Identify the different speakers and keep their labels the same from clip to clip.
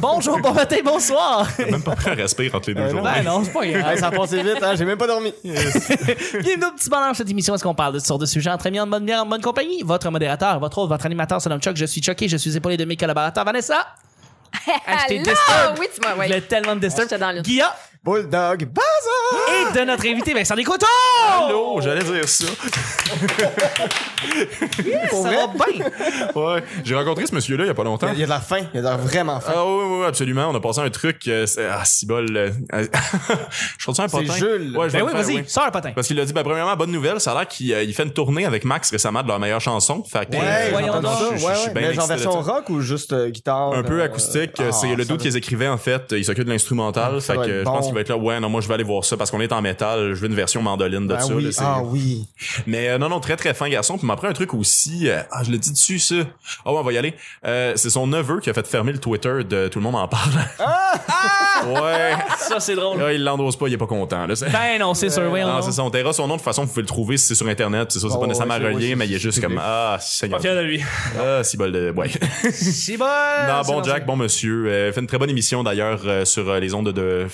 Speaker 1: Bonjour, bon matin, bonsoir.
Speaker 2: T'as même pas pris un respire entre les deux
Speaker 3: Euh,
Speaker 2: journées.
Speaker 1: Ben non, c'est pas grave.
Speaker 3: Ah, ça a passé vite, hein? j'ai même pas dormi.
Speaker 1: Bienvenue au Petit Bonheur, cette émission où est-ce qu'on parle de toutes sortes de sujets entre amis, en bonne bière, en bonne compagnie. Votre modérateur, votre hôte, votre animateur, c'est nomme Chuck. Je suis choqué, je suis épaulé de mes collaborateurs. Vanessa, Acheter
Speaker 4: Allô!
Speaker 1: Disturb.
Speaker 4: Ah, Oui, tu m'as.
Speaker 1: je l'ai
Speaker 4: Ouais.
Speaker 1: tellement de disturb.
Speaker 4: J'étais dans le-
Speaker 1: Guilla
Speaker 3: Bulldog, bazar!
Speaker 1: et de notre invité Vincent Descoteaux.
Speaker 2: Allô, j'allais dire ça.
Speaker 1: Ça va bien.
Speaker 2: Ouais. J'ai rencontré ce monsieur-là il y a pas longtemps.
Speaker 3: Il y a de la faim, il y a de la vraiment faim.
Speaker 2: Ah oui, oui, oui, absolument. On a passé un truc. euh, c'est- ah, si bol. euh, je trouve ça important.
Speaker 3: Jules.
Speaker 2: Ouais, je
Speaker 1: Ben
Speaker 2: vais le
Speaker 1: oui,
Speaker 2: faire,
Speaker 1: vas-y,
Speaker 2: oui.
Speaker 1: sors un patin.
Speaker 2: Parce qu'il a dit, ben, premièrement, bonne nouvelle, ça a l'air qu'il euh, il fait une tournée avec Max récemment de leurs meilleures chansons. Fait que,
Speaker 3: Ouais,
Speaker 1: voyons
Speaker 3: j'entends
Speaker 1: donc.
Speaker 3: ça.
Speaker 2: je- je-
Speaker 3: ouais,
Speaker 2: je suis
Speaker 3: ouais.
Speaker 2: bien
Speaker 3: Mais genre
Speaker 2: excité de
Speaker 3: version
Speaker 2: ça.
Speaker 3: rock ou juste euh, guitare?
Speaker 2: Un peu
Speaker 3: euh,
Speaker 2: acoustique,
Speaker 3: ah,
Speaker 2: c'est le
Speaker 3: ça
Speaker 2: doute qu'ils écrivaient en fait. Il s'occupe de l'instrumental,
Speaker 3: ça
Speaker 2: fait
Speaker 3: doit
Speaker 2: que
Speaker 3: être
Speaker 2: je pense
Speaker 3: bon.
Speaker 2: qu'il va être là. Ouais, non, moi je vais aller voir ça parce qu'on est en métal. Je veux une version mandoline de
Speaker 3: Ah
Speaker 2: ça. là,
Speaker 3: oui,
Speaker 2: c'est-
Speaker 3: ah oui.
Speaker 2: Mais euh, non, non, très très fin garçon. Puis il m'a appris un truc aussi. euh, ah, je le dis dessus ça. Ah ouais, on va y aller. Euh, c'est son neveu qui a fait fermer le Twitter de tout le monde en parle.
Speaker 3: Ah!
Speaker 2: ouais.
Speaker 1: Ça, c'est drôle.
Speaker 2: Là, il l'endosse pas, il est pas content. Là, c'est-
Speaker 1: Ben non, c'est sûr, oui,
Speaker 2: non,
Speaker 1: on
Speaker 2: c'est ça. On taira son nom de toute façon. Vous pouvez le trouver si c'est sur internet. C'est ça, c'est
Speaker 3: Oh,
Speaker 2: pas nécessairement
Speaker 3: ouais, c'est-
Speaker 2: relié,
Speaker 3: ouais,
Speaker 2: mais il est
Speaker 3: c'est-
Speaker 2: juste
Speaker 3: c'est
Speaker 2: comme
Speaker 3: public.
Speaker 2: ah, Seigneur.
Speaker 1: fier de lui.
Speaker 2: Ah, si bol de ouais.
Speaker 1: C'est bon.
Speaker 3: Ah,
Speaker 2: Non,
Speaker 1: c'est
Speaker 2: bon Jack, bon monsieur. Euh, fait une très bonne émission d'ailleurs euh, sur euh, les ondes de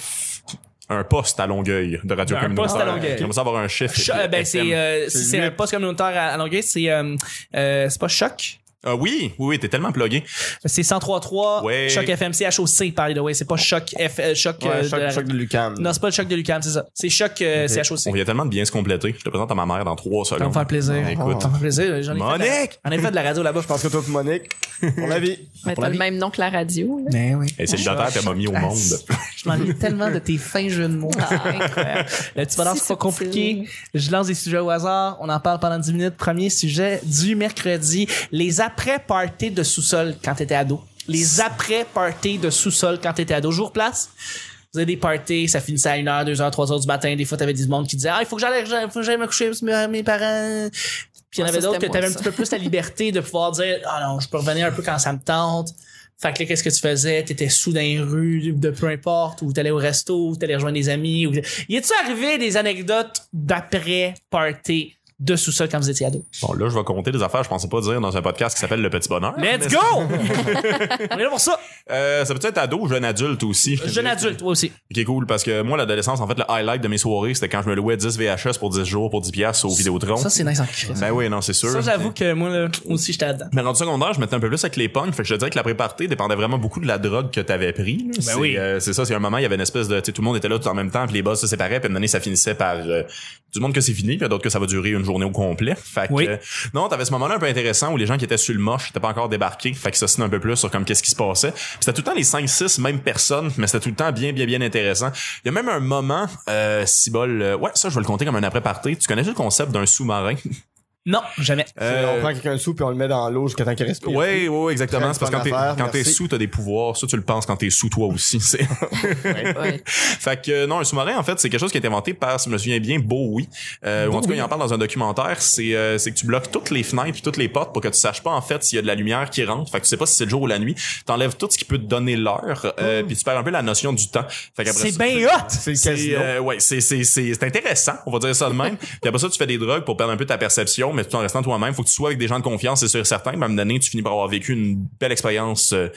Speaker 2: un poste à Longueuil de radio
Speaker 1: Un
Speaker 2: communautaire.
Speaker 1: poste à Longueuil.
Speaker 2: J'aimerais savoir un chiffre.
Speaker 1: Cho- euh, ben,
Speaker 2: FM.
Speaker 1: c'est, euh, si c'est un poste communautaire à, à Longueuil, c'est, euh, euh, c'est pas Choc.
Speaker 2: Ah oui, oui, oui, t'es tellement plugué.
Speaker 1: C'est 1033
Speaker 2: Ouais.
Speaker 1: Choc FM, c'est HOC, par the way. C'est pas Choc, F, euh, Choc, euh,
Speaker 3: Ouais,
Speaker 1: de la-
Speaker 3: choc, choc de Lucam.
Speaker 1: Non, c'est pas le Choc de Lucam, c'est ça. C'est Choc, euh, c'est HOC.
Speaker 2: On vient tellement de bien se compléter. Je te présente à ma mère dans trois
Speaker 1: Ça va me
Speaker 2: secondes.
Speaker 1: faire plaisir.
Speaker 2: Écoute.
Speaker 1: Ça me fait plaisir. J'en ai Fait
Speaker 2: Monique!
Speaker 1: de la, j'en ai fait de la radio là-bas, je
Speaker 3: Je pense que toi et Monique, on la vit.
Speaker 4: Mais
Speaker 1: la
Speaker 4: t'as le
Speaker 1: vie.
Speaker 4: même nom que la radio. là.
Speaker 1: Mais Ben oui.
Speaker 2: Et c'est le dentaire qu'elle m'a mis au monde.
Speaker 1: Je m'ennuie tellement de tes fins jeux de mots. Ah, Incroyable. Le petit bonheur,
Speaker 4: Si
Speaker 1: c'est pas
Speaker 4: subtil.
Speaker 1: compliqué. Je lance des sujets au hasard. On en parle pendant 10 minutes. Premier sujet du mercredi. Les après-parties de sous-sol quand t'étais ado. Les après-parties de sous-sol quand t'étais ado. Jour place. Vous avez des parties, ça finissait à 1h, 2h, 3h du matin. Des fois, t'avais du monde qui disait Ah, il faut que j'aille faut que j'aille me coucher parce que mes- mes parents. Puis il y en
Speaker 4: Ouais,
Speaker 1: avait
Speaker 4: Ah, ça,
Speaker 1: d'autres que
Speaker 4: c'était
Speaker 1: t'avais
Speaker 4: moi,
Speaker 1: un
Speaker 4: ça.
Speaker 1: petit peu plus la liberté de pouvoir dire Ah non, je peux revenir un peu quand ça me tente. Fait que là, qu'est-ce que tu faisais? T'étais sous dans les rues, de peu importe, ou t'allais au resto, ou t'allais rejoindre des amis. Ou... Y est-tu arrivé des anecdotes d'après-party de sous-sol quand vous étiez ado?
Speaker 2: Bon, là, je vais compter des affaires, je pensais pas dire dans un podcast qui s'appelle Le Petit Bonheur.
Speaker 1: Let's go! On est là pour ça!
Speaker 2: Euh, ça peut être ado ou jeune adulte aussi.
Speaker 1: Euh, Jeune adulte, toi aussi.
Speaker 2: Qui est cool, parce que moi, l'adolescence, en fait, le highlight de mes soirées, c'était quand je me louais 10 VHS pour 10 jours, pour 10 piastres au Vidéotron.
Speaker 1: Ça, c'est nice en crise.
Speaker 2: Ben oui, non, c'est sûr.
Speaker 1: Ça, j'avoue que moi, là, aussi, j'étais là-dedans.
Speaker 2: Mais rendu secondaire, je mettais un peu plus avec les punks. Fait que je te dirais que la préparté dépendait vraiment beaucoup de la drogue que t'avais pris. c'est,
Speaker 1: Ben oui.
Speaker 2: euh, c'est ça, c'est un moment, il y avait une espèce de, tu sais, tout le monde était là tout en même temps, puis les boss se séparaient, puis à un moment donné, ça finissait par, euh, du monde que c'est fini, puis d'autres que ça va durer une journée au complet. Fait que,
Speaker 1: Oui.
Speaker 2: euh, non, t'avais ce moment-là un peu intéressant où les gens qui étaient sur le moche n'étaient pas encore débarqués. Fait que ça signe un peu plus sur comme qu'est-ce qui se passait. Puis c'était tout le temps les 5, 6 mêmes personnes, mais c'était tout le temps bien, bien, bien intéressant. Il y a même un moment, euh, Cibol, euh, ouais, ça, je vais le compter comme un après-party. Tu connais le concept d'un sous-marin?
Speaker 1: Non, jamais.
Speaker 2: Euh,
Speaker 3: On prend quelqu'un sous puis on le met dans l'eau jusqu'à temps qu'il respire.
Speaker 2: Ouais, ouais, ouais, exactement.
Speaker 3: Très
Speaker 2: C'est parce que
Speaker 3: bonne
Speaker 2: quand t'es,
Speaker 3: affaire,
Speaker 2: quand t'es
Speaker 3: merci.
Speaker 2: sous, t'as des pouvoirs. Ça, tu le penses quand t'es sous toi aussi. C'est...
Speaker 4: Ouais.
Speaker 2: fait que euh, non, un sous-marin, en fait, c'est quelque chose qui est inventé par, si je me souviens bien, Bowie. Euh, ou en tout cas, il en parle dans un documentaire. C'est, euh, c'est que tu bloques toutes les fenêtres puis toutes les portes pour que tu saches pas, en fait, s'il y a de la lumière qui rentre. Fait que tu sais pas si c'est le jour ou la nuit. T'enlèves tout ce qui peut te donner l'heure. Euh,
Speaker 4: Hmm.
Speaker 2: Puis tu perds un peu la notion du temps. Fait qu'après
Speaker 1: C'est
Speaker 2: ça-
Speaker 1: bien hot!
Speaker 3: C'est le
Speaker 2: c'est
Speaker 3: casino.
Speaker 2: euh, ouais, c'est c'est c'est c'est intéressant, on va dire ça de même. Puis après ça tu fais des drogues pour perdre un peu ta perception, mais tout en restant toi-même, faut que tu sois avec des gens de confiance, c'est sûr et certain. Puis à un moment donné, tu finis par avoir vécu une belle expérience euh,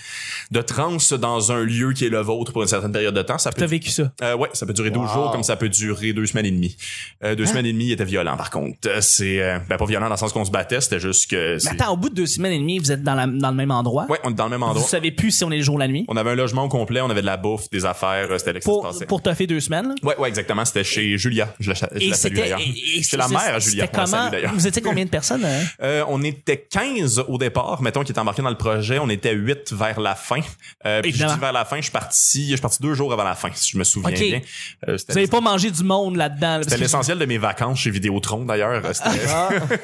Speaker 2: de transe dans un lieu qui est le vôtre pour une certaine période de temps, ça peut
Speaker 1: T'as vécu ça.
Speaker 2: euh, ouais, ça peut durer 12
Speaker 3: Wow.
Speaker 2: jours comme ça peut durer deux semaines et demie. Euh,
Speaker 1: Hein?
Speaker 2: deux semaines et demie, il était violent par contre. Euh, C'est euh, ben pas violent dans le sens qu'on se battait, c'était juste que
Speaker 1: Mais
Speaker 2: c'est-
Speaker 1: attends, au bout de deux semaines et demie, vous êtes dans, la- dans le même endroit.
Speaker 2: Ouais, on est dans le même
Speaker 1: Vous
Speaker 2: endroit.
Speaker 1: savez plus si on est le jour ou la nuit.
Speaker 2: On avait un logement au complet, on avait de la bouffe, des affaires, euh, c'était là que ça se
Speaker 1: Pour,
Speaker 2: passait.
Speaker 1: pour toffer deux semaines, là.
Speaker 2: Ouais, ouais, exactement. C'était chez Julia. Je la, cha- je
Speaker 1: Et
Speaker 2: la salue
Speaker 1: c'était.
Speaker 2: d'ailleurs.
Speaker 1: et- et-
Speaker 2: C'est la mère à Julia.
Speaker 1: C'était
Speaker 2: On la salue
Speaker 1: comment?
Speaker 2: d'ailleurs.
Speaker 1: Vous étiez combien de personnes? hein?
Speaker 2: Euh, on était 15 au départ, mettons, qui étaient embarqués dans le projet. On était 8 vers la fin. Euh, puis je
Speaker 1: Évidemment.
Speaker 2: dis vers la fin, je suis parti, je suis parti deux jours avant la fin, si je me souviens
Speaker 1: Ok.
Speaker 2: bien. Euh,
Speaker 1: Vous avez
Speaker 2: c'était
Speaker 1: pas mangé du monde là-dedans. là, parce
Speaker 2: c'était
Speaker 1: que-
Speaker 2: l'essentiel de mes vacances chez Vidéotron, d'ailleurs. Euh, c'était-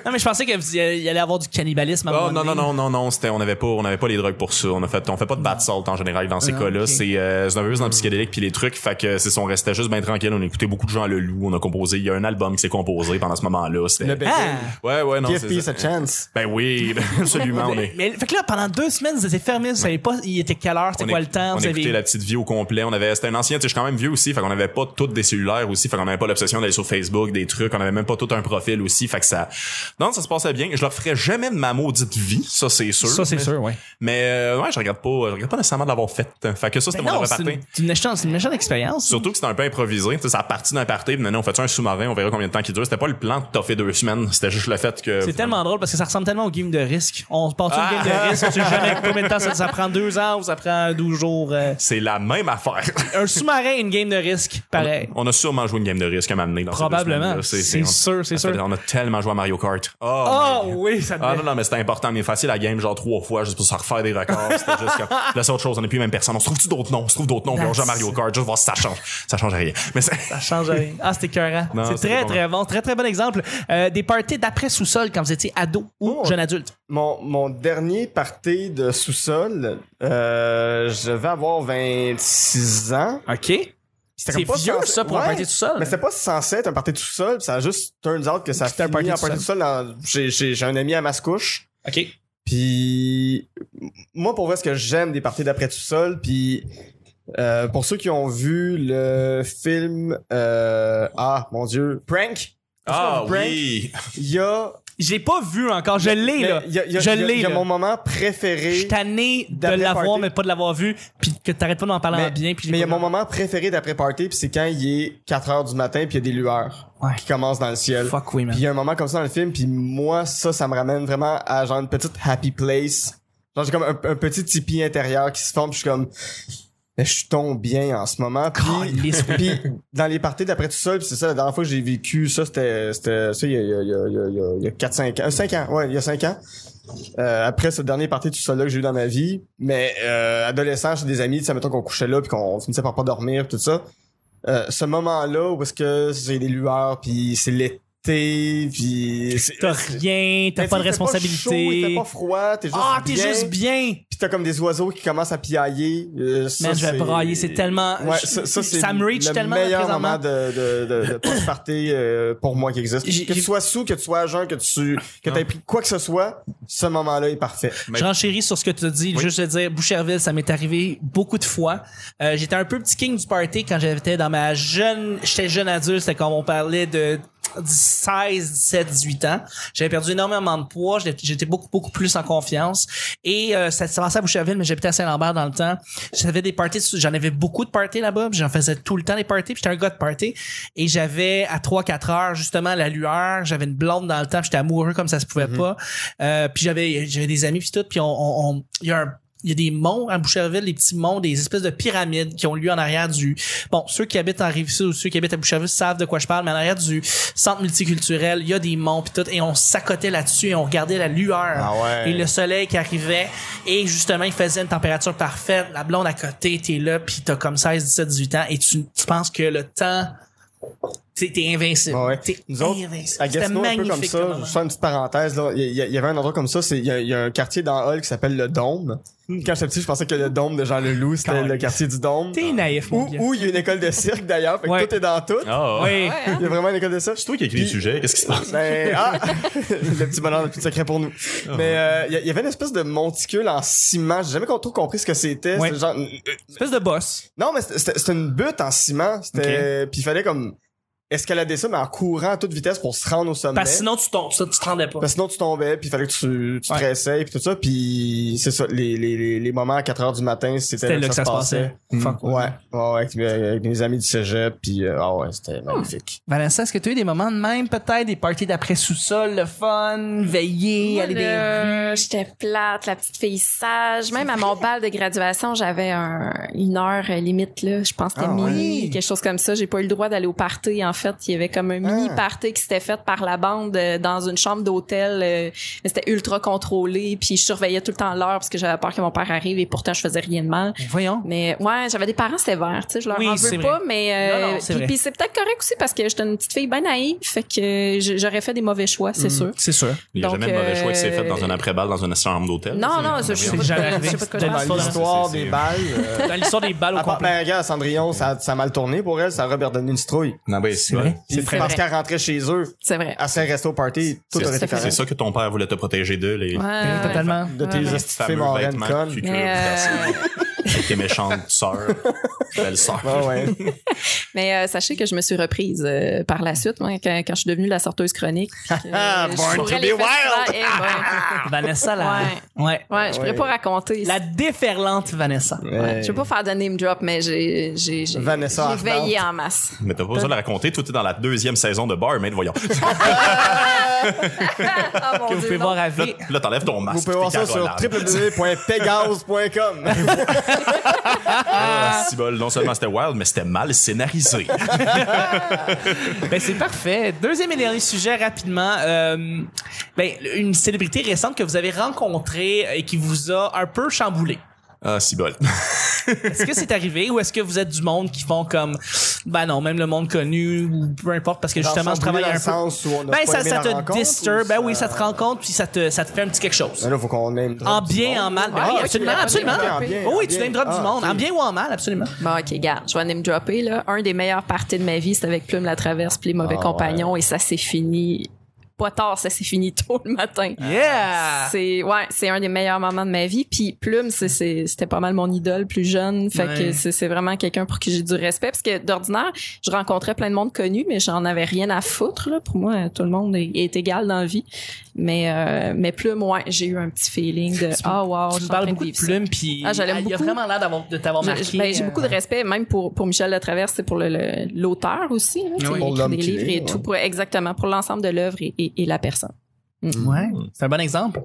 Speaker 1: Non, mais je pensais qu'il y allait avoir du cannibalisme. À un
Speaker 2: Oh,
Speaker 1: moment
Speaker 2: non, non,
Speaker 1: donné.
Speaker 2: non, non, non, c'était, on n'avait pas, on n'avait pas les drogues pour ça. On a fait, on fait pas de bath salt en général dans ces
Speaker 1: Ah,
Speaker 2: cas-là.
Speaker 1: ok. Hmm.
Speaker 2: C'est, euh, c'est un peu plus dans le psychédélique puis les trucs. Fait que c'est ça, on restait juste bien tranquille. On écoutait beaucoup de gens le loup. On a composé, il y a un album qui s'est composé pendant ce moment-là. C'était,
Speaker 3: Le bébé.
Speaker 1: Ah!
Speaker 2: Ouais, Ouais, ouais, non.
Speaker 3: Give
Speaker 2: c'est
Speaker 3: peace
Speaker 2: ça.
Speaker 3: a chance.
Speaker 2: Ben oui, absolument, on est.
Speaker 1: Mais fait que là, pendant deux semaines, vous étiez fermés, vous savez pas, il était quelle heure,
Speaker 2: on
Speaker 1: c'est quoi
Speaker 2: éc-
Speaker 1: le temps,
Speaker 2: on
Speaker 1: vous
Speaker 2: écoutait
Speaker 1: avez.
Speaker 2: la petite vie au complet. On avait, c'était un ancien, tu sais, je suis quand même vieux aussi. Fait qu'on avait pas toutes des cellulaires aussi. Fait qu'on avait pas l'obsession d'aller sur Facebook, des trucs. On avait même pas tout un profil aussi. Fait que ça, non, ça se passait bien. Je leur ferais jamais de ma maudite vie. Ça, c'est sûr.
Speaker 1: Ça, c'est
Speaker 2: Mais-
Speaker 1: sûr, ouais.
Speaker 2: Mais, euh, ouais, je regarde pas, je regarde pas nécessairement de l'avoir fait. Fait que ça, c'était
Speaker 1: Ben
Speaker 2: mon
Speaker 1: non,
Speaker 2: vrai
Speaker 1: c'est
Speaker 2: party.
Speaker 1: une, c'est une méchante- c'est une méchante expérience.
Speaker 2: Surtout que c'était un peu improvisé. Tu sais, ça a parti d'un party, puis maintenant, on fait un sous-marin, on verra combien de temps qu'il dure. C'était pas le plan de toffer deux semaines. C'était juste le fait que.
Speaker 1: C'est tellement drôle parce que ça ressemble tellement au game de risque. On passe
Speaker 2: Ah!
Speaker 1: une game de risque, on sait jamais combien de temps ça, ça prend deux ans ou ça prend 12 jours. euh.
Speaker 2: C'est la même affaire.
Speaker 1: Un sous-marin, une game de risque, pareil.
Speaker 2: On a sûrement joué une game de risque à m'amener dans ces deux
Speaker 1: Probablement.
Speaker 2: semaines-là.
Speaker 1: C'est
Speaker 2: on-
Speaker 1: sûr, c'est
Speaker 2: en fait,
Speaker 1: sûr.
Speaker 2: On a tellement joué à Mario Kart. Oh,
Speaker 1: Oh
Speaker 2: my God.
Speaker 1: oui, ça
Speaker 2: Ah
Speaker 1: devait.
Speaker 2: non, non, mais c'était important. On est facile à game, genre trois fois, juste pour se refaire des records. C'était juste comme. Là, c'est autre chose. On n'est plus les mêmes personnes. On se trouve-tu d'autres noms? On se trouve d'autres noms. Puis on joue à Mario Kart, juste voir si ça change. Ça change rien. Mais c'est-
Speaker 1: Ça change rien. Ah, c'était écœurant.
Speaker 2: Non,
Speaker 1: C'est
Speaker 2: c'était
Speaker 1: très,
Speaker 2: pas
Speaker 1: très bon. Très, très bon exemple. Euh, des parties d'après sous-sol quand vous étiez ado ou
Speaker 3: Oh.
Speaker 1: jeune adulte.
Speaker 3: Mon, mon dernier party de sous-sol, euh, je vais avoir 26 ans.
Speaker 1: OK. C'est
Speaker 3: comme pas
Speaker 1: vieux,
Speaker 3: censé-
Speaker 1: ça, pour un
Speaker 3: Ouais,
Speaker 1: party sous-sol.
Speaker 3: Mais c'était pas censé être un party tout seul, pis ça a juste turns out que ça a
Speaker 1: C'était un
Speaker 3: fini
Speaker 1: party
Speaker 3: en
Speaker 1: tout
Speaker 3: party tout seul. dans- J'ai j'ai- j'ai un ami à Mascouche.
Speaker 1: OK.
Speaker 3: Puis moi pour vrai ce que j'aime des parties d'après tout seul, puis euh, pour ceux qui ont vu le film euh, ah mon dieu Prank,
Speaker 2: Ah
Speaker 3: Prank.
Speaker 2: oui!
Speaker 3: il y a
Speaker 1: J'ai pas vu encore. Je l'ai,
Speaker 3: mais
Speaker 1: là.
Speaker 3: il y a, il y a-
Speaker 1: Je
Speaker 3: il y a-
Speaker 1: l'ai,
Speaker 3: il y a
Speaker 1: là.
Speaker 3: mon moment
Speaker 1: Je
Speaker 3: préféré
Speaker 1: suis tanné de
Speaker 3: D'après
Speaker 1: l'avoir,
Speaker 3: party.
Speaker 1: mais pas de l'avoir vu, puis que t'arrêtes pas d'en parler en
Speaker 3: Mais-
Speaker 1: bien. Puis j'ai
Speaker 3: Mais il y a
Speaker 1: pas-
Speaker 3: mon moment préféré d'après party, puis c'est quand il est 4 heures du matin, puis il y a des lueurs
Speaker 1: Ouais.
Speaker 3: qui commencent dans le ciel.
Speaker 1: Fuck oui, man.
Speaker 3: Puis il y a un moment comme ça dans le film, puis moi, ça, ça me ramène vraiment à genre une petite happy place. Genre, j'ai comme un, un petit tipi intérieur qui se forme, puis je suis comme, mais je suis donc bien en ce moment. Puis,
Speaker 1: Calisse, oui.
Speaker 3: puis dans les parties d'après tout seul, puis c'est ça, la dernière fois que j'ai vécu ça, c'était c'était ça il y a, il y a, il y a, il y a- il y a- il y a 4-5 ans. 5 ans, ouais, il y a 5 ans. Euh, après ce dernier party tout seul là que j'ai eu dans ma vie, mais euh, adolescent, j'ai des amis, tu sais, mettons qu'on couchait là, puis qu'on finissait par pas dormir, puis tout ça. Euh, ce moment-là où est-ce que j'ai des lueurs, puis c'est l'été, puis... c'est-
Speaker 1: T'as rien, t'as
Speaker 3: Mais
Speaker 1: pas de
Speaker 3: tu sais, il fait chaud, il fait
Speaker 1: responsabilité.
Speaker 3: pas froid, t'es juste
Speaker 1: Ah, t'es
Speaker 3: bien,
Speaker 1: juste bien.
Speaker 3: Puis t'as comme des oiseaux qui commencent à piailler. euh, ça,
Speaker 1: Man, je vais
Speaker 3: c'est-
Speaker 1: brailler, c'est tellement.
Speaker 3: Ouais, ça, ça, c'est
Speaker 1: Euh, me reach
Speaker 3: le
Speaker 1: tellement
Speaker 3: meilleur
Speaker 1: présentement.
Speaker 3: moment de, de, de, de post-party, euh, pour moi qui existe.
Speaker 1: J'ai-
Speaker 3: Que
Speaker 1: j'ai-
Speaker 3: tu sois sous, que tu sois à jeun, que tu que
Speaker 2: Non.
Speaker 3: t'aies pris quoi que ce soit, ce moment-là est parfait.
Speaker 2: Mais-
Speaker 1: Je renchéris sur ce que tu as dit.
Speaker 2: Oui.
Speaker 1: Juste te dire, Boucherville, ça m'est arrivé beaucoup de fois. Euh, j'étais un peu petit king du party quand j'étais dans ma jeune, j'étais jeune adulte, c'était quand on parlait de 16, 17, 18 ans. J'avais perdu énormément de poids, j'étais- j'étais beaucoup, beaucoup plus en confiance. Et euh, ça s'est passé à Boucherville, mais j'habitais à Saint-Lambert dans le temps. J'avais des parties, sous- j'en avais beaucoup de parties là-bas, puis j'en faisais tout le temps des parties, puis j'étais un gars de party. Et j'avais à 3-4 heures, justement, la lueur, j'avais une blonde dans le temps, puis j'étais amoureux comme ça se
Speaker 3: Mhm.
Speaker 1: pouvait pas. Euh, puis j'avais j'avais des amis puis tout puis on on- on- il y a un- il y a des monts à Boucherville, des petits monts, des espèces de pyramides qui ont lieu en arrière du... Bon, ceux qui habitent en Rive-Sud ou ceux qui habitent à Boucherville savent de quoi je parle, mais en arrière du centre multiculturel, il y a des monts puis tout, et on s'accotait là-dessus et on regardait la lueur
Speaker 3: Ah ouais.
Speaker 1: et le soleil qui arrivait, et justement, il faisait une température parfaite, la blonde à côté, t'es là, puis t'as comme 16, 17, 18 ans, et tu, tu penses que le temps... T'es t'es invincible.
Speaker 3: Ouais.
Speaker 1: T'es
Speaker 3: Nous autres,
Speaker 1: invincible.
Speaker 3: À
Speaker 1: C'était
Speaker 3: Gatineau, un peu comme
Speaker 1: magnifique comme
Speaker 3: ça,
Speaker 1: moment.
Speaker 3: je fais une petite parenthèse, là. Il y, a- il y avait un endroit comme ça, c'est, il y, a- il y a un quartier dans Hall qui s'appelle le Dôme.
Speaker 1: Hmm.
Speaker 3: Quand j'étais petit, je pensais que le Dôme de Jean Leloup, c'était
Speaker 1: Quand-
Speaker 3: le quartier du Dôme.
Speaker 1: T'es naïf, mon
Speaker 3: Où,
Speaker 1: gars.
Speaker 3: où il y a une école de cirque d'ailleurs, fait que
Speaker 1: Ouais.
Speaker 3: tout est dans tout.
Speaker 2: Ah, ah.
Speaker 1: Oui.
Speaker 4: Ouais, hein?
Speaker 3: Il y a vraiment une école de cirque.
Speaker 2: C'est toi qui as écrit le
Speaker 3: Puis-
Speaker 2: sujet. Qu'est-ce qui se passe?
Speaker 3: Ben, ah! le petit bonheur, le petit secret pour nous.
Speaker 1: Ah.
Speaker 3: Mais euh, il y, a- il y avait une espèce de monticule en ciment. J'ai jamais trop compris ce que c'était.
Speaker 1: Ouais.
Speaker 3: C'était genre-
Speaker 1: Espèce de boss.
Speaker 3: Non, mais c'était- c'était c'était une butte en ciment. C'était... Puis il fallait comme escalader ça, mais en courant à toute vitesse pour se rendre au sommet.
Speaker 1: Parce que sinon, tu tombes. Ça, tu te rendais pas.
Speaker 3: Parce que sinon, tu tombais, puis il fallait que tu, tu
Speaker 1: Ouais.
Speaker 3: te réessayes, puis tout ça. Puis c'est ça, les, les, les, les moments à 4 heures du matin, c'était,
Speaker 1: C'était là que ça se passait. Fuck
Speaker 3: Mm. Ouais, ouais, ouais, avec, mes- avec mes amis du cégep, puis euh, ah ouais, c'était magnifique.
Speaker 1: Vanessa, est-ce que tu as eu des moments de même, peut-être? Des parties d'après sous-sol, le fun, veiller,
Speaker 4: Moi,
Speaker 1: aller des...
Speaker 4: là, J'étais plate, la petite fille sage. Même à mon bal de graduation, j'avais un- une heure euh, limite, là. Je pense que c'était
Speaker 3: Ah,
Speaker 4: minuit,
Speaker 1: ouais.
Speaker 4: quelque chose comme ça. J'ai pas eu le droit d'aller au party, en fait. Il y avait comme un mini
Speaker 3: Ah.
Speaker 4: party qui s'était fait par la bande euh, dans une chambre d'hôtel. euh, mais C'était ultra contrôlé. Puis je surveillais tout le temps l'heure parce que j'avais peur que mon père arrive et pourtant je faisais rien de mal.
Speaker 1: Mais Voyons.
Speaker 4: Mais ouais, j'avais des parents sévères, tu sais, je leur
Speaker 1: Oui,
Speaker 4: en
Speaker 1: c'est
Speaker 4: veux pas,
Speaker 1: vrai.
Speaker 4: mais euh,
Speaker 1: Non, non, c'est
Speaker 4: puis-
Speaker 1: vrai.
Speaker 4: puis c'est peut-être correct aussi parce que j'étais une petite fille bien naïve, fait que j- j'aurais fait des mauvais choix,
Speaker 1: Mm.
Speaker 4: c'est sûr.
Speaker 1: C'est sûr.
Speaker 2: Il n'y a
Speaker 4: Donc,
Speaker 2: jamais de mauvais choix qui s'est fait dans
Speaker 4: euh,
Speaker 2: un après-balle dans une chambre d'hôtel.
Speaker 4: Non, non, je je sais
Speaker 1: C'est
Speaker 4: pas de-
Speaker 1: jamais arrivé.
Speaker 4: je sais pas de quoi je
Speaker 1: Dans
Speaker 4: parle.
Speaker 1: l'histoire.
Speaker 3: L'histoire
Speaker 2: c'est-
Speaker 3: des balles. euh,
Speaker 1: Dans l'histoire des balles au
Speaker 3: À part,
Speaker 1: complet.
Speaker 3: ben, regarde, Cendrillon, ça, ça a mal tourné pour elle, ça a redonné une citrouille.
Speaker 2: Non, oui,
Speaker 1: C'est vrai.
Speaker 3: Puis
Speaker 4: C'est
Speaker 3: parce
Speaker 4: vrai.
Speaker 3: qu'elle rentrait chez eux,
Speaker 4: C'est vrai.
Speaker 3: à Saint-Resto Party, tout
Speaker 2: C'est-
Speaker 3: aurait été
Speaker 4: c'est
Speaker 2: C'est
Speaker 3: correct.
Speaker 2: ça que ton père voulait te protéger d'eux, les
Speaker 4: Ouais, ouais.
Speaker 1: Totalement.
Speaker 3: De tes
Speaker 4: Ouais.
Speaker 3: hosties de filles
Speaker 2: fameux
Speaker 3: moraines
Speaker 2: vêtements
Speaker 3: connes.
Speaker 2: cucu
Speaker 4: Mais, euh,
Speaker 2: avec tes méchantes sœurs, belles sœurs.
Speaker 3: Ouais, ouais.
Speaker 4: Mais euh, sachez que je me suis reprise euh, par la suite, moi, quand, quand je suis devenue la sorteuse chronique. puis que,
Speaker 3: Ah,
Speaker 4: je
Speaker 3: born
Speaker 4: courais
Speaker 3: to
Speaker 4: les
Speaker 3: be
Speaker 4: festivals.
Speaker 3: wild.
Speaker 4: Eh,
Speaker 1: Ah.
Speaker 4: ouais.
Speaker 1: Vanessa, la. Ouais.
Speaker 4: Ouais, je pourrais
Speaker 3: Ouais.
Speaker 4: pas raconter.
Speaker 1: La déferlante Vanessa.
Speaker 4: Ouais, Je vais pas faire de name drop, mais j'ai j'ai j'ai-
Speaker 3: Vanessa
Speaker 4: j'ai veillé
Speaker 3: Ardente.
Speaker 4: en masse.
Speaker 2: Mais t'as pas besoin de la raconter, tout est dans la deuxième saison de Barmaid, voyons.
Speaker 4: Ah mon
Speaker 1: Que vous
Speaker 4: Dieu,
Speaker 1: pouvez
Speaker 4: non.
Speaker 1: voir à
Speaker 2: Là,
Speaker 1: vie.
Speaker 2: là, t'enlèves ton masque.
Speaker 3: Vous pouvez voir
Speaker 2: t'es
Speaker 3: ça sur
Speaker 2: carolable.
Speaker 3: www.pegase.com.
Speaker 2: Ah, si bol, non seulement c'était wild, mais c'était mal scénarisé.
Speaker 1: Ben, c'est parfait. Deuxième et dernier sujet rapidement. Euh, ben, une célébrité récente que vous avez rencontrée euh, et qui vous a un peu chamboulé.
Speaker 2: Ah, si bol.
Speaker 1: Est-ce que c'est arrivé ou est-ce que vous êtes du monde qui font comme, ben non, même le monde connu ou peu importe parce que justement je travaille un peu. Ben, ça, ça te disturbe. Ben oui, ça te rencontre puis ça te, ça te fait un petit quelque chose.
Speaker 3: Ben là, faut qu'on name drop
Speaker 1: En
Speaker 3: du monde.
Speaker 1: bien, en mal. Ben
Speaker 4: Ah,
Speaker 1: oui,
Speaker 4: ok,
Speaker 1: absolument,
Speaker 4: ok,
Speaker 1: absolument.
Speaker 4: ok, ok.
Speaker 1: Oh oui, tu name drop du
Speaker 3: Ah,
Speaker 1: monde.
Speaker 3: ok.
Speaker 1: En bien ou en mal, absolument.
Speaker 4: Bon, ok, garde, je vais name dropper, là. Un des meilleurs parties de ma vie, c'était avec Plume la Traverse puis les mauvais
Speaker 3: Ah,
Speaker 4: compagnons et ça s'est fini pas tard, ça s'est fini tôt le matin.
Speaker 1: Yeah!
Speaker 4: C'est ouais, c'est un des meilleurs moments de ma vie. Puis Plume, c'est- c'est- c'était pas mal mon idole plus jeune. Fait
Speaker 1: Ouais.
Speaker 4: que c'est c'est vraiment quelqu'un pour qui j'ai du respect. Parce que d'ordinaire, je rencontrais plein de monde connu, mais j'en avais rien à foutre. Là. Pour moi, tout le monde est, est égal dans la vie. Mais, euh, mais Plume, ouais, j'ai eu un petit feeling de Ah, wow, je
Speaker 1: tu
Speaker 4: suis
Speaker 1: me parles
Speaker 4: en train de
Speaker 1: beaucoup de
Speaker 4: vivre ça.
Speaker 1: plumes puis
Speaker 4: Ah, je l'aime
Speaker 1: il y a
Speaker 4: beaucoup.
Speaker 1: vraiment l'air d'avoir- de t'avoir
Speaker 4: J'ai-
Speaker 1: marqué.
Speaker 4: ben, J'ai
Speaker 1: euh,
Speaker 4: beaucoup de respect, même pour, pour Michel Latraverse, c'est pour le- le- l'auteur aussi. Là, tu sais,
Speaker 1: Oui.
Speaker 4: il
Speaker 3: Pour
Speaker 4: écrit
Speaker 3: l'homme
Speaker 4: des
Speaker 3: qu'il
Speaker 4: livres
Speaker 3: est,
Speaker 4: et tout, pour, exactement, pour l'ensemble de l'œuvre et, et- et la personne.
Speaker 1: Ouais, c'est un bon exemple.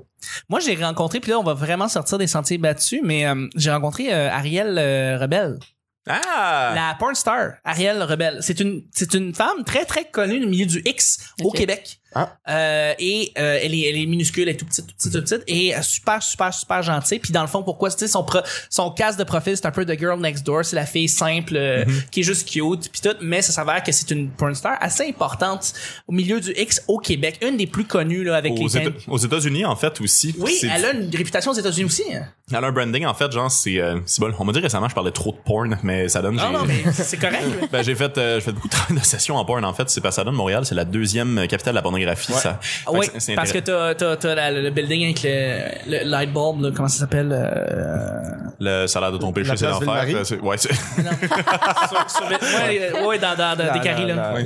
Speaker 1: Moi, j'ai rencontré, puis là, on va vraiment sortir des sentiers battus, mais euh, j'ai rencontré euh, Ariel euh, Rebelle,
Speaker 2: Ah!
Speaker 1: la porn star Ariel Rebelle. C'est une, c'est une femme très, très connue du milieu du X au
Speaker 4: Ok.
Speaker 1: Québec.
Speaker 3: Ah.
Speaker 1: Euh, et euh, elle, est, elle est minuscule, elle est tout petite, tout petite, tout petite, et euh, super, super, super gentille. Puis dans le fond, pourquoi, tu sais, son, pro- son casse de profil, c'est un peu The Girl Next Door, c'est la fille simple euh,
Speaker 2: Mhm.
Speaker 1: qui est juste cute, puis tout, mais ça s'avère que c'est une porn star assez importante au milieu du X au Québec, une des plus connues là, avec
Speaker 2: Aux,
Speaker 1: les
Speaker 2: Éta- aux États-Unis, en fait, aussi.
Speaker 1: oui,
Speaker 2: c'est-
Speaker 1: elle a une réputation aux États-Unis aussi. hein.
Speaker 2: elle a un branding, en fait, genre, c'est euh, c'est bon. On m'a dit récemment, je parlais trop de porn, mais ça donne.
Speaker 1: Non,
Speaker 2: j'ai-
Speaker 1: non, mais c'est correct.
Speaker 2: Ben, j'ai fait, euh, j'ai fait beaucoup de travail de sessions en porn, en fait. C'est parce que ça donne Montréal, c'est la deuxième capitale de la pornographie. Ça,
Speaker 1: Ah oui,
Speaker 2: Fait que c'est- c'est
Speaker 1: parce que t'as, t'as, t'as la- le building avec le, le light bulb, là, comment ça s'appelle euh,
Speaker 2: Le salaire de ton péché,
Speaker 3: La
Speaker 2: c'est
Speaker 3: place
Speaker 2: l'enfer.
Speaker 3: Ville-Marie.
Speaker 2: Euh, c'est- Ouais, c'est-
Speaker 1: sur- sur- ouais, euh, ouais, dans, dans, dans des carrés, là.
Speaker 3: Ouais.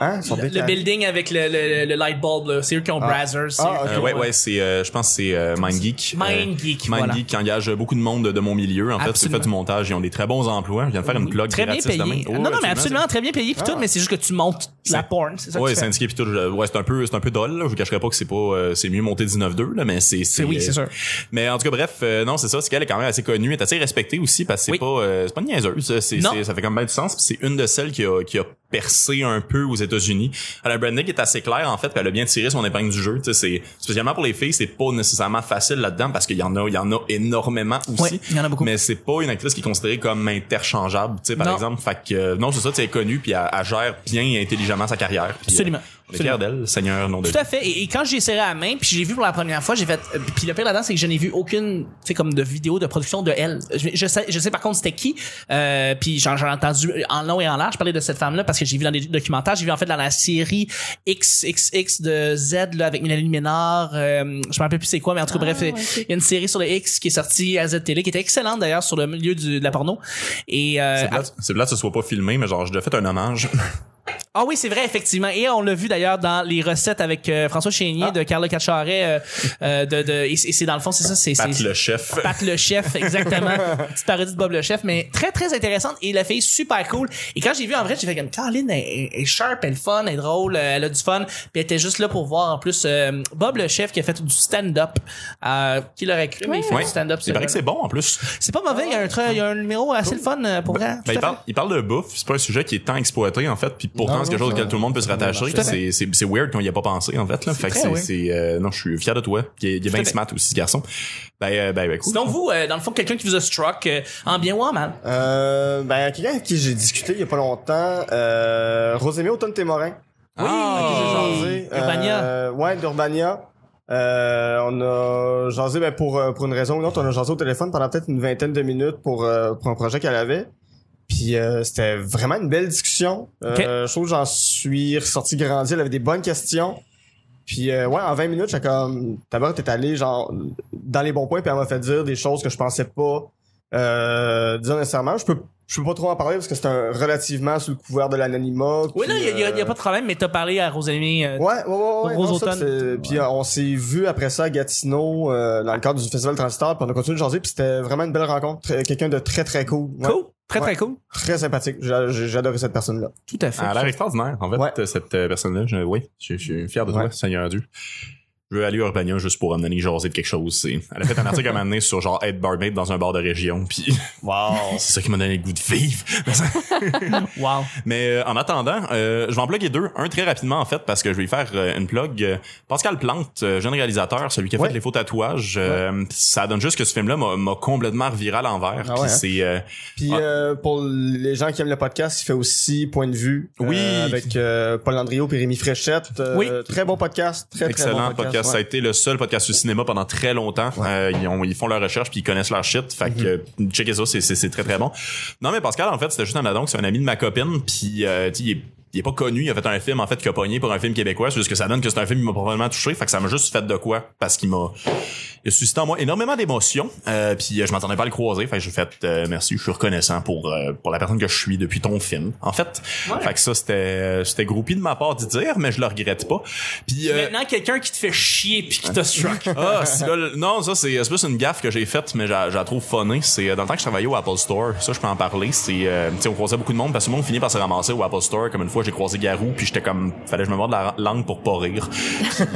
Speaker 3: Hein? Ils sont
Speaker 1: Le,
Speaker 3: des carrés.
Speaker 1: building avec le, le, le light bulb, là. c'est eux qui ont Brazzers. c'est
Speaker 3: Ah,
Speaker 1: eux qui
Speaker 2: euh,
Speaker 1: ont-
Speaker 2: ouais, ouais, c'est, euh, je pense que c'est euh, MindGeek.
Speaker 1: Mindgeek,
Speaker 2: Euh,
Speaker 1: voilà.
Speaker 2: MindGeek qui engage beaucoup de monde de mon milieu. En fait, c'est
Speaker 1: Absolument.
Speaker 2: fait du montage. Ils ont des très bons emplois. Je viens de faire une plug
Speaker 1: Très bien
Speaker 2: gratis demain.
Speaker 1: payé.
Speaker 2: Oh,
Speaker 1: non, non, mais absolument, très bien payé,
Speaker 3: Ah.
Speaker 1: puis tout, mais c'est juste que tu montes la porn, c'est ça que
Speaker 2: Ouais,
Speaker 1: tu fais.
Speaker 2: syndiqué pis tout. je- Ouais, c'est un peu, c'est un peu dol. Là. Je vous cacherai pas que c'est pas, euh, c'est mieux monter 19-2 là, mais c'est, c'est.
Speaker 1: oui, c'est
Speaker 2: euh,
Speaker 1: sûr.
Speaker 2: Mais en tout cas, bref, euh, non, c'est ça. C'est qu'elle est quand même assez connue, elle est assez respectée aussi parce que c'est
Speaker 1: Oui.
Speaker 2: pas, euh, c'est pas une niaiseuse. C'est,
Speaker 1: Non.
Speaker 2: c'est- ça fait quand même bien du sens. Puis c'est une de celles qui a, qui a percé un peu aux États-Unis. Elle a un branding qui est assez clair en fait. Puis elle a bien tiré son épingle du jeu. Tu sais, c'est spécialement pour les filles, c'est pas nécessairement facile là-dedans parce qu'il y en a, il y en a énormément aussi.
Speaker 1: Ouais, il y en a beaucoup.
Speaker 2: Mais c'est pas une actrice qui est considérée comme interchangeable. Tu sais, par
Speaker 1: Non.
Speaker 2: exemple, fait que euh, non, c'est ça. tu sais, Elle est connue puis elle, elle gère bien et intelligemment sa carrière. Puis,
Speaker 1: Absolument.
Speaker 2: euh, on est fiers d'elle, Seigneur, nom de
Speaker 1: Tout à fait. Et, et quand j'ai serré la main, puis j'ai vu pour la première fois, j'ai fait. euh, Puis le pire là-dedans, c'est que je n'ai vu aucune, tu sais, comme de vidéo de production de elle. Je, je sais, je sais par contre c'était qui. Euh, puis j'en j'en ai entendu en long et en large parler de cette femme-là parce que j'ai vu dans des documentaires, j'ai vu en fait dans la série XXX de Z là avec Mélanie Ménard. euh, je me rappelle plus c'est quoi, mais en tout cas bref,
Speaker 4: ouais,
Speaker 1: il y a une série sur le X qui est sortie à Z télé qui était excellente d'ailleurs sur le milieu du, de la porno. Et euh,
Speaker 2: C'est plate- C'est là que ce soit pas filmé, mais genre, je lui ai fait un hommage.
Speaker 1: ah oui, c'est vrai, effectivement. Et on l'a vu d'ailleurs dans les recettes avec euh, François
Speaker 2: Ah.
Speaker 1: Chénier de Carla Cacharet. euh, euh, de, de, et c'est et c'est dans le fond, c'est ça. c'est
Speaker 2: Pat
Speaker 1: c'est-
Speaker 2: le chef.
Speaker 1: Pat le chef, exactement. Petite parodie de Bob le chef, mais très, très intéressante. Et la fille, super cool. Et quand j'ai vu en vrai, j'ai fait comme Caroline elle, elle- elle est sharp, elle est fun, elle est drôle, euh, elle a du fun. Puis elle était juste là pour voir en plus euh, Bob le chef qui a fait du stand-up. Euh, qui l'aurait cru, mais il fait
Speaker 2: Ouais.
Speaker 1: du stand-up. ce
Speaker 2: Il paraît que
Speaker 1: gars-là.
Speaker 2: c'est bon en plus.
Speaker 1: C'est pas mauvais, il y, a un tra- il y a un numéro assez le fun euh, pour vrai.
Speaker 2: Ben,
Speaker 1: Tout
Speaker 2: il,
Speaker 1: à
Speaker 2: parle, il parle de bouffe, c'est pas un sujet qui est tant exploité en fait, puis pourtant
Speaker 3: Non,
Speaker 2: c'est quelque
Speaker 3: non,
Speaker 2: chose auquel
Speaker 3: ça-
Speaker 2: tout le monde peut se rattacher.
Speaker 3: marche, tout à
Speaker 2: C'est c'est c'est weird qu'on y a pas pensé en fait là. Fait que
Speaker 1: très
Speaker 2: c'est
Speaker 1: weird.
Speaker 2: c'est euh, non, je suis fier de toi. Il est, il est bien
Speaker 1: à fait.
Speaker 2: smart aussi ce garçon. Ben euh, ben, ben cool.
Speaker 1: Sinon, vous, euh, dans le fond, quelqu'un qui vous a struck euh, en bien ou en mal.
Speaker 3: Euh, ben, quelqu'un avec qui j'ai discuté il y a pas longtemps, euh, Rosemée Automne-Témorin.
Speaker 1: Oui,
Speaker 3: Avec qui j'ai jasé.
Speaker 1: Urbania.
Speaker 3: Euh, ouais, d'Urbania. Euh, on a jasé ben, pour, euh, pour une raison ou une autre. On a jasé au téléphone pendant peut-être une vingtaine de minutes pour, euh, pour un projet qu'elle avait. Puis euh, c'était vraiment une belle discussion. Euh, Je trouve que j'en suis ressorti grandi. Elle avait des bonnes questions. Puis euh, ouais, en 20 minutes, j'étais comme... D'abord, t'es allé genre dans les bons points, puis elle m'a fait dire des choses que je pensais pas euh, dire nécessairement. Je peux, je peux pas trop en parler parce que c'est un relativement sous le couvert de l'anonymat.
Speaker 1: Oui,
Speaker 3: puis,
Speaker 1: non, il n'y a, y a
Speaker 3: euh,
Speaker 1: pas de problème, mais t'as parlé à Rosalie. euh,
Speaker 3: Ouais, ouais, ouais, ouais.
Speaker 1: Gros
Speaker 3: non, ça,
Speaker 1: automne.
Speaker 3: c'est- Puis euh, on s'est vu après ça à Gatineau euh, dans le cadre du festival Transitoire, puis on a continué de jaser, puis c'était vraiment une belle rencontre. Très- Quelqu'un de très très cool, Ouais,
Speaker 1: Cool. Très,
Speaker 3: Ouais.
Speaker 1: très cool.
Speaker 3: très sympathique. J'a- j'ai- J'adorais cette personne Ah, là.
Speaker 1: Tout à fait.
Speaker 2: Elle a l'air extraordinaire, en fait,
Speaker 3: Ouais.
Speaker 2: cette euh, personne-là. Je- Oui, je, je suis fier de toi,
Speaker 3: Ouais.
Speaker 2: Seigneur Dieu. Je veux aller à Urbania juste pour amener jaser de quelque chose. c'est- Elle a fait un article à un moment donné sur genre être barmaid dans un bar de région, puis
Speaker 3: Wow.
Speaker 2: c'est ça qui m'a donné le goût de vivre.
Speaker 1: Wow.
Speaker 2: Mais euh, en attendant, euh, je vais en plugger deux. Un très rapidement, en fait, parce que je vais lui faire euh, une plug. Euh, Pascal Plante, euh, jeune réalisateur, celui qui a
Speaker 3: Ouais.
Speaker 2: fait les faux tatouages, euh, ça donne juste que ce film-là m'a m'a complètement reviré à l'envers.
Speaker 3: Ah
Speaker 2: puis
Speaker 3: ouais, hein?
Speaker 2: c'est... euh,
Speaker 3: Puis
Speaker 2: Ouais.
Speaker 3: euh, pour les gens qui aiment le podcast, il fait aussi Point de vue euh,
Speaker 2: Oui.
Speaker 3: avec euh, Paul Landriot et Rémi Fréchette. Euh,
Speaker 1: Oui.
Speaker 3: Très bon podcast, très
Speaker 2: Excellent
Speaker 3: très bon
Speaker 2: podcast. Ça a été le seul podcast sur le cinéma pendant très longtemps. Euh, ils, ont- ils font leur recherche puis ils connaissent leur shit. Fait que
Speaker 3: Mhm.
Speaker 2: euh, checkez ça, c'est- c'est c'est très très bon. Non mais Pascal, en fait, c'était juste un adon, c'est un ami de ma copine. Puis euh, tu sais, il est il est pas connu, il a fait un film en fait qui a pogné pour un film québécois, c'est juste que ça donne que c'est un film qui m'a probablement touché, fait que ça m'a juste fait de quoi parce qu'il m'a il a suscité en moi énormément d'émotions, euh, puis euh, je m'attendais pas à le croiser, fait que j'ai fait euh, merci, je suis reconnaissant pour euh, pour la personne que je suis depuis ton film. En fait, fait que ça c'était euh, c'était groupie de ma part d'y dire, mais je le regrette pas. Puis euh,
Speaker 1: Maintenant, quelqu'un qui te fait chier puis qui t'a struck.
Speaker 2: ah, c'est là, le- non, ça, c'est c'est plus une gaffe que j'ai faite, mais je la je la trouve funnée. C'est euh, dans le temps que je travaillais au Apple Store. Ça, je peux en parler. C'est, euh, tu sais, on croisait beaucoup de monde parce que le monde finit par se ramasser au Apple Store. Comme une fois, j'ai croisé Garou, puis j'étais comme, fallait que je me morde la langue pour pas rire.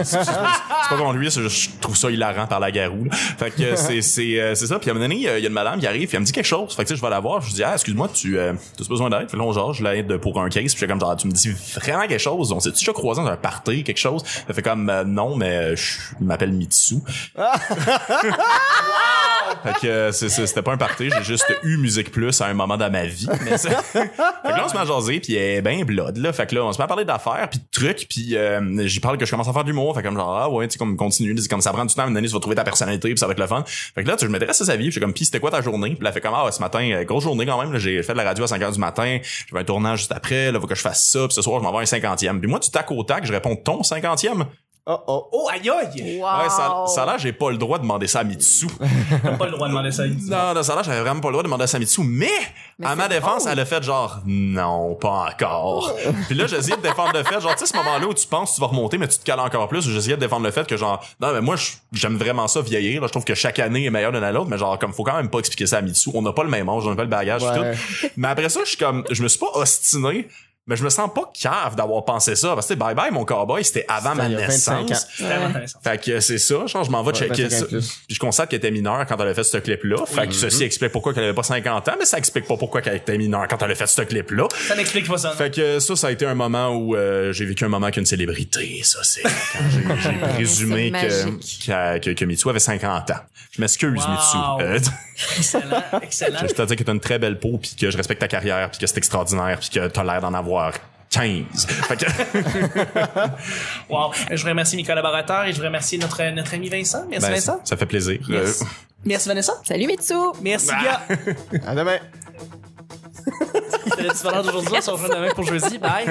Speaker 2: C'est pas contre lui, c'est juste, je trouve ça hilarant par la garou. là. Fait que euh, c'est c'est euh, c'est ça. Puis à un moment donné, il y a il y a une madame qui arrive, puis elle me dit quelque chose. Fait que tu sais, je vais la voir, je dis ah excuse-moi, tu euh, as besoin d'aide. Puis là on genre, je l'aide pour un case. Puis j'ai comme genre tu me dis vraiment quelque chose. On s'est déjà croisé dans un party quelque chose. Elle fait comme euh, non mais euh, je m'appelle Mitsu. Fait que euh, c'est- c'est- c'était pas un party, j'ai juste eu Musique Plus à un moment dans ma vie. Mais c'est- fait que là, on se met à jaser, puis elle est bien blood, là. Fait que là, on se met à parler d'affaires, puis de trucs, puis euh, j'y parle que je commence à faire de l'humour. Fait que comme genre, ah ouais, tu sais, comme continue, c'est comme ça prend du temps, à un moment donné, tu vas trouver ta personnalité, puis ça va être le fun. Fait que là, tu sais, je m'intéresse à sa vie, puis je suis comme, puis c'était quoi ta journée? Puis là, elle fait comme, ah, ouais, ce matin, euh, grosse journée quand même, là, j'ai fait de la radio à 5 heures du matin, j'avais un tournage juste après, là, faut que je fasse ça, puis ce soir, je m'en vais à un 50e. Puis moi, du tac au tac, je réponds ton 50e.
Speaker 3: Oh oh.
Speaker 1: Oh, aïe aïe!
Speaker 4: Wow.
Speaker 2: Ouais, ça, ça là, j'ai pas le droit de demander ça à Mitsu.
Speaker 1: T'as pas le droit de demander ça.
Speaker 2: Non, dans ça là, j'avais vraiment pas le droit de demander à Samitsu, mais,
Speaker 4: Mais
Speaker 2: à
Speaker 4: c'est
Speaker 2: ma défense,
Speaker 4: drôle.
Speaker 2: elle a fait genre non, pas encore. Puis là, j'essayais de défendre le fait, genre tu sais ce moment-là où tu penses que tu vas remonter mais tu te cales encore plus, j'essayais de défendre le fait que genre non mais moi je- j'aime vraiment ça vieillir, là, je trouve que chaque année est meilleure l'une à l'autre, mais genre comme faut quand même pas expliquer ça à Mitsu, on n'a pas le même âge, on n'a pas le bagage et
Speaker 3: Ouais.
Speaker 2: tout. Mais après ça, je suis comme je me suis pas ostiné mais je me sens pas cave d'avoir pensé ça parce que tu sais, bye bye mon cowboy c'était avant
Speaker 3: C'était
Speaker 2: ma
Speaker 3: il y a 25
Speaker 2: naissance
Speaker 1: C'est vraiment intéressant.
Speaker 2: fait que c'est ça, genre je m'en vais
Speaker 3: Ouais,
Speaker 2: checker
Speaker 3: 25
Speaker 2: ça.
Speaker 3: plus.
Speaker 2: Puis je constate qu'elle était mineure quand elle a fait ce clip-là. Fait que ceci explique pourquoi qu'elle avait pas 50 ans, mais ça explique pas pourquoi qu'elle était mineure quand elle a fait ce clip-là.
Speaker 1: Ça n'explique pas ça.
Speaker 2: Fait que ça, ça a été un moment où euh, j'ai vécu un moment qu'une célébrité. Ça, c'est quand j'ai- j'ai présumé
Speaker 4: C'est
Speaker 2: que,
Speaker 4: magique.
Speaker 2: qu'a- que, que Mitsu avait 50 ans. Je m'excuse,
Speaker 1: Wow.
Speaker 2: Mitsu. Euh,
Speaker 1: Excellent, excellent.
Speaker 2: je te dis que t'as une très belle peau, puis que je respecte ta carrière, puis que c'est extraordinaire, puis que t'as l'air d'en avoir 15. Fait que...
Speaker 1: Wow. Je voudrais remercier mes collaborateurs et je voudrais remercier notre, notre ami Vincent. Merci
Speaker 2: Ben, ça,
Speaker 1: Vincent.
Speaker 2: ça fait plaisir.
Speaker 1: Merci.
Speaker 2: Euh,
Speaker 1: Merci Vanessa.
Speaker 4: Salut Mitsu!
Speaker 1: Merci
Speaker 2: Ah.
Speaker 1: gars.
Speaker 3: À demain.
Speaker 1: C'était le petit bonheur d'aujourd'hui. On se rejoint demain pour jeudi. Bye.